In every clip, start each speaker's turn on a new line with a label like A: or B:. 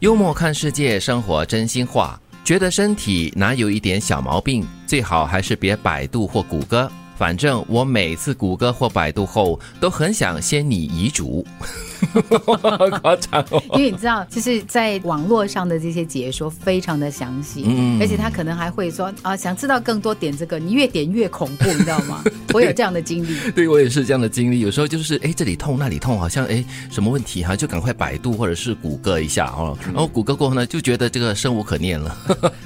A: 幽默看世界，生活真心话。觉得身体哪有一点小毛病，最好还是别百度或谷歌。反正我每次谷歌或百度后，都很想先拟遗嘱。 夸张哦！
B: 因为你知道，就是在网络上的这些解说非常的详细，
A: 嗯
B: 而且他可能还会说啊，想知道更多点这个，你越点越恐怖，你知道 吗？我有这样的经历，
A: 对我也是这样的经历，有时候就是哎这里痛那里痛，好像哎什么问题哈、就赶快百度或者是谷歌一下哦。然后谷歌过后呢，就觉得这个生无可恋了。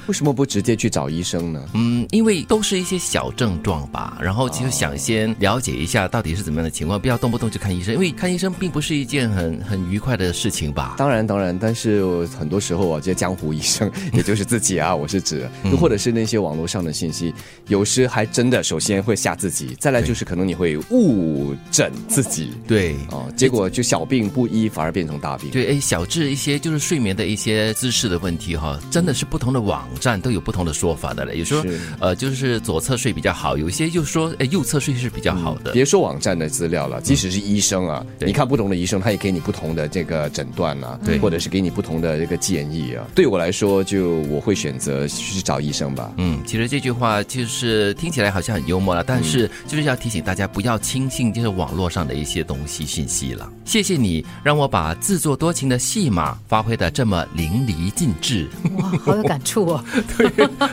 C: 为什么不直接去找医生呢？
A: 嗯，因为都是一些小症状吧，然后就想先了解一下到底是怎么样的情况，不要动不动就看医生，因为看医生并不是一件很很愉快的事情吧。
C: 当然，当然，但是我很多时候啊，这些江湖医生， 也就是自己啊，我是指，
A: 嗯
C: 又或者是那些网络上的信息，有时还真的首先会吓自己，再来就是可能你会误诊自己
A: 对，
C: 哦，结果就小病不医，反而变成大病。
A: 对，哎，小智一些就是睡眠的一些姿势的问题哈，真的是不同的网站都有不同的说法的嘞。有时候
C: 是，
A: 呃，就是左侧睡比较好，有一些又说，哎，右侧睡是比较好的。
C: 别说网站的资料了，即使是医生啊，
A: 呃嗯对
C: 你看不同的医生，他也给你不同的这个诊断啊，
A: 对
C: 或者是给你不同的这个建议啊。对我来说，就我会选择去找医生吧。
A: 嗯，其实这句话就是听起来好像很幽默了，但是就是要提醒大家不要轻信就是网络上的一些东西信息了。谢谢你让我把自作多情的戏码发挥的这么淋漓尽致，
B: 哇，好有感触哦。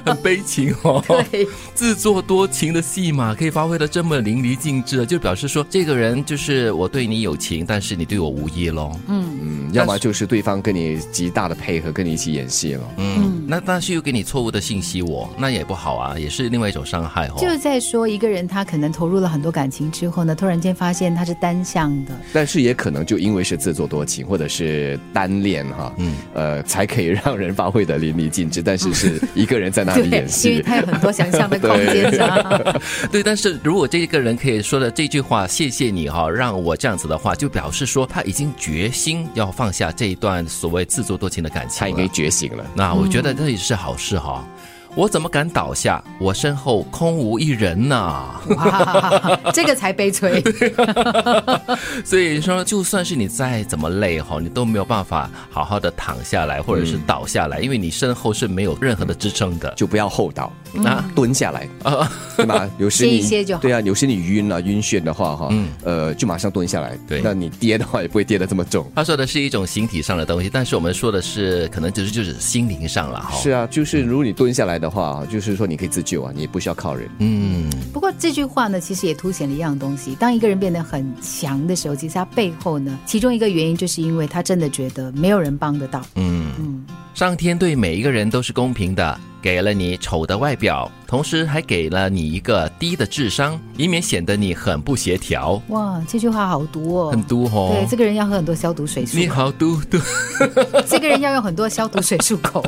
A: 很悲情 哦。
B: 对，
A: 自作多情的戏码可以发挥的这么淋漓尽致了，就表示说这个人就是我对你有情，但是你对我无意喽。
C: 嗯，要么就是对方跟你极大的配合，跟你一起演戏了。
A: 嗯，那但是又给你错误的信息我，那也不好啊，也是另外一种伤害哦。
B: 就是在说一个人他可能投入了很多感情之后呢，突然间发现他是单向的，
C: 但是也可能就因为是自作多情或者是单恋哈，
A: 嗯
C: 嗯，呃，才可以让人发挥的淋漓尽致，但是是一个人在那里
B: 哦对
C: 演，
B: 因为
C: 戏。
B: 他有很多想象的空 间，是吧？
A: 对，但是如果这个人可以说的这句话“谢谢你哈、让我这样子的话，就表示说他已经决心要放下这一段所谓自作多情的感
C: 他
A: 情
C: 应该
A: 了。
C: 觉醒了，
A: 那我觉得这也是好事哈、我怎么敢倒下？我身后空无一人呐、
B: 哇，这个才悲催。
A: 所以说，就算是你再怎么累哈，你都没有办法好好的躺下来，或者是倒下来，因为你身后是没有任何的支撑的。
C: 就不要后倒，
A: 啊
C: 蹲下来，
A: 啊，
C: 对吧？有时
B: 嗯哦歇一
C: 你
B: 歇就好
C: 对啊，有时你晕了、晕眩的话哈，
A: 嗯
C: 呃，就马上蹲下来，
A: 对
C: 那你跌的话也不会跌得这么重。
A: 他说的是一种形体上的东西，但是我们说的是可能只是就是心灵上了哈。
C: 是，啊，就是如果你蹲下来的话，就是说你可以自救啊，你也不需要靠人。
A: 嗯，
B: 不过这句话呢，其实也凸显了一样东西：当一个人变得很强的时候，其实他背后呢，其中一个原因就是因为他真的觉得没有人帮得到。
A: 嗯
B: 嗯，
A: 上天对每一个人都是公平的，给了你丑的外表，同时还给了你一个低的智商，以免显得你很不协调，
B: 哇，这句话好毒哦。
A: 很毒哦
B: 对，。这个人要喝很多消毒水漱
A: 你
B: 口，
A: 好毒毒，
B: 这个人要用很多消毒水漱 口。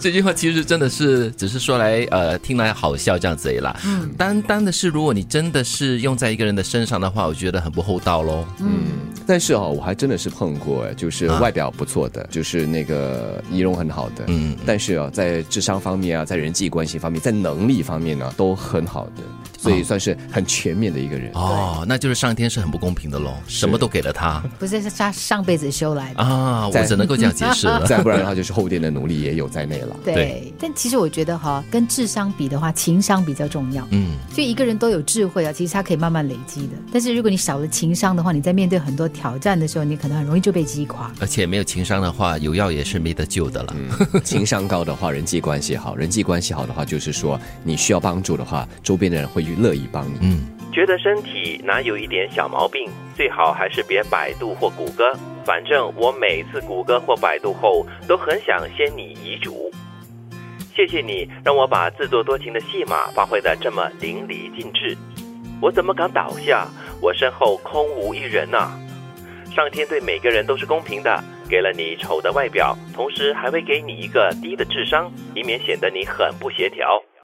A: 这句话其实真的是只是说来呃听来好笑这样子而已啦。嗯，单单的是如果你真的是用在一个人的身上的话，我觉得很不厚道喽。
B: 嗯
C: 但是哦，我还真的是碰过，哎就是
A: 啊
C: 外表不错的，就是那个仪容很好的，
A: 嗯，
C: 但是啊，在智商方面啊，在人际关系方面，在能力方面呢、都很好的，
A: 啊
C: 所以算是很全面的一个人。
A: 哦，那就是上天是很不公平的喽，什么都给了他
B: 不是，是他上辈子修来的。
A: 啊，我
C: 在
A: 只能够这样解释 了。
C: 再不然，他就是后天的努力也有在内了。
B: 对，
A: 对
B: 但其实我觉得哈，跟智商比的话，情商比较重要。
A: 嗯，
B: 就一个人都有智慧啊，其实他可以慢慢累积的。但是如果你少了情商的话，你在面对很多挑战的时候，你可能很容易就被击垮。
A: 而且没有情商的话，有药也是没得救的了。
B: 嗯
C: 情商高的话，人际关系好；人际关系好的话，就是说你需要帮助的话，周边的人会乐意帮你。
A: 嗯。
D: 觉得身体哪有一点小毛病，最好还是别百度或谷歌。反正我每次谷歌或百度后，都很想先拟遗嘱。谢谢你让我把自作多情的戏码发挥的这么淋漓尽致。我怎么敢倒下？我身后空无一人呐、上天对每个人都是公平的，给了你丑的外表，同时还会给你一个低的智商，以免显得你很不协调。